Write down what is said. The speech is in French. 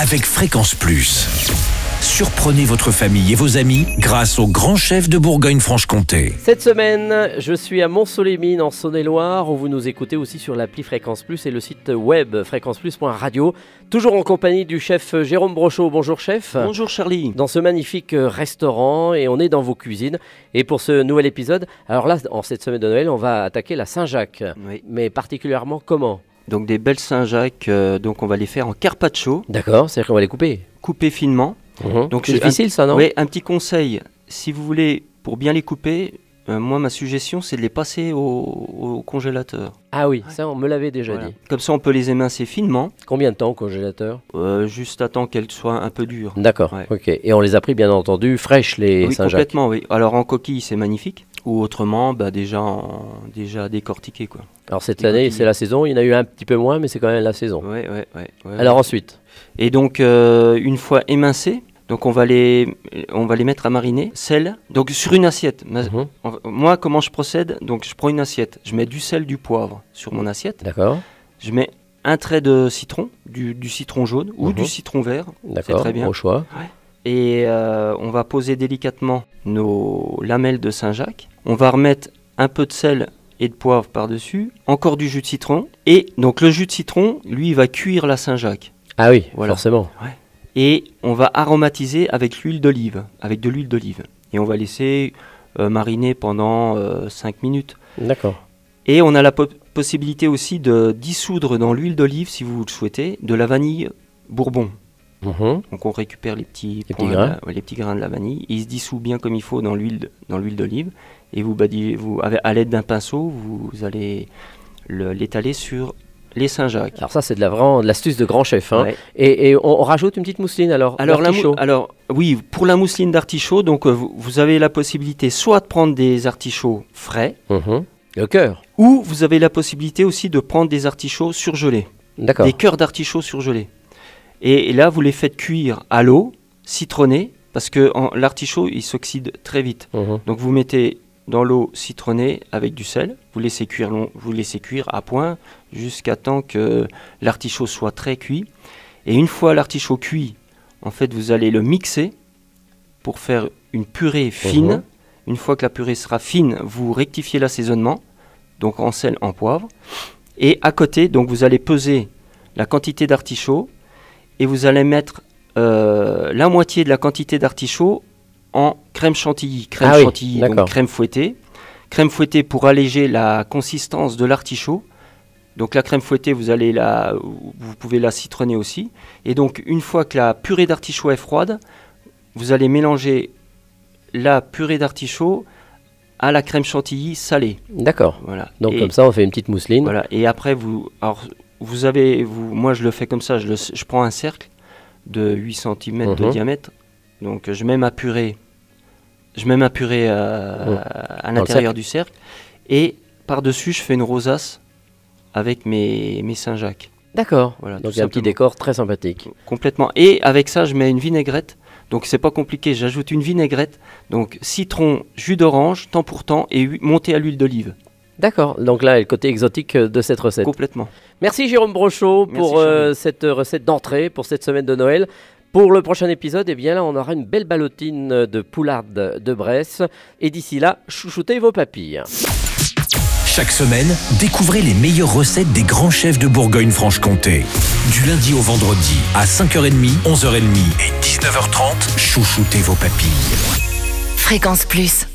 avec Fréquence Plus. Surprenez votre famille et vos amis grâce au grand chef de Bourgogne-Franche-Comté. Cette semaine, je suis à Mont-Solémine en Saône-et-Loire, où vous nous écoutez aussi sur l'appli Fréquence Plus et le site web fréquenceplus.radio. Toujours en compagnie du chef Jérôme Brochot. Bonjour chef. Bonjour Charlie. Dans ce magnifique euh, restaurant et on est dans vos cuisines. Et pour ce nouvel épisode, alors là, en cette semaine de Noël, on va attaquer la Saint-Jacques. Oui. Mais particulièrement comment Donc des belles Saint-Jacques, euh, donc on va les faire en carpaccio, D'accord, c'est-à-dire qu'on va les couper. coupées finement. Donc Mhm. Donc, c'est j'ai un- difficile ça, non Oui, un petit conseil, si vous voulez, pour bien les couper, euh, moi ma suggestion c'est de les passer au, au congélateur. Ah oui, ça on me l'avait déjà Voilà. dit. Comme ça on peut les émincer finement, Combien de temps au congélateur euh, juste à temps qu'elles soient un peu dures. D'accord, Ouais. ok. Et on les a pris bien entendu fraîches les oui, Saint-Jacques. complètement, oui. Alors en coquille c'est magnifique, ou autrement, bah, déjà, en- déjà décortiqué quoi. Alors cette Des année, coquilles. c'est la saison. Il y en a eu un petit peu moins, mais c'est quand même la saison. Ouais, ouais, ouais, ouais. Alors ensuite, Et donc, euh, une fois émincés, donc on va les, on va les mettre à mariner, sel, donc sur une assiette. Ma- Mhm. en- Moi, comment je procède Donc, je prends une assiette, je mets du sel, du poivre sur mon assiette, d'accord, je mets un trait de citron, du, du citron jaune ou Mhm. du citron vert, d'accord, très bien. au choix. et euh, on va poser délicatement nos lamelles de Saint-Jacques. On va remettre un peu de sel et de poivre par-dessus, encore du jus de citron, et donc le jus de citron, lui, il va cuire la Saint-Jacques. Ah oui, Voilà. forcément. et on va aromatiser avec l'huile d'olive, avec de l'huile d'olive. Et on va laisser euh, mariner pendant 5 minutes. D'accord. Et on a la po- possibilité aussi de dissoudre dans l'huile d'olive, si vous le souhaitez, de la vanille bourbon. Mhm. Donc on récupère les petits, petits points de grains. la- ouais, les petits grains de la vanille. Il se dissout bien comme il faut dans l'huile de- dans l'huile d'olive. Et vous, badillez- vous avec- à l'aide d'un pinceau, vous allez le- l'étaler sur les Saint-Jacques. Alors ça, c'est de la vraiment de l'astuce de grand chef. hein. Ouais. Et, et on, on rajoute une petite mousseline alors. Alors, la mou- l'artichaut. alors oui, pour la mousseline d'artichaut, donc euh, vous, vous avez la possibilité soit de prendre des artichauts frais, Mhm. le cœur, ou vous avez la possibilité aussi de prendre des artichauts surgelés, d'accord. des cœurs d'artichauts surgelés. Et, et là, vous les faites cuire à l'eau, citronnée, parce que en- l'artichaut il s'oxyde très vite. Mhm. Donc vous mettez dans l'eau citronnée avec du sel, vous laissez cuire long, vous laissez cuire à point jusqu'à temps que l'artichaut soit très cuit. Et une fois l'artichaut cuit, en fait, vous allez le mixer pour faire une purée fine. Mhm. Une fois que la purée sera fine, vous rectifiez l'assaisonnement, donc en sel, en poivre. Et à côté, donc vous allez peser la quantité d'artichaut et vous allez mettre euh, la moitié de la quantité d'artichaut en crème chantilly. Crème Ah oui, chantilly, donc d'accord. crème fouettée. Crème fouettée pour alléger la consistance de l'artichaut. Donc la crème fouettée, vous, allez la, vous pouvez la citronner aussi. Et donc une fois que la purée d'artichaut est froide, vous allez mélanger la purée d'artichaut à la crème chantilly salée. D'accord. Voilà. Donc euh, Et- comme ça, on fait une petite mousseline. voilà, et après, vous, alors, vous avez, vous, moi je le fais comme ça, je, le- je prends un cercle de 8 cm de Mhm. diamètre, donc euh, je mets ma purée, je mets ma purée euh, Mhm. à le l'intérieur du cercle, et par-dessus je fais une rosace avec mes, mes Saint-Jacques. D'accord. Voilà, Donc tout il y a un petit simplement. décor très sympathique. Complètement. Et avec ça, je mets une vinaigrette. Donc c'est pas compliqué, j'ajoute une vinaigrette. Donc citron, jus d'orange, temps pour temps, et hu- montée à l'huile d'olive. D'accord. Donc là, le côté exotique euh, de cette recette. Complètement. Merci Jérôme Brochot Merci, pour euh, cette recette d'entrée pour cette semaine de Noël. Pour le prochain épisode, eh bien là, on aura une belle ballotine de poularde de Bresse. Et d'ici là, chouchoutez vos papilles. Chaque semaine, découvrez les meilleures recettes des grands chefs de Bourgogne-Franche-Comté. Du lundi au vendredi, à 5h30, 11h30 et 19h30, chouchoutez vos papilles. Fréquence Plus.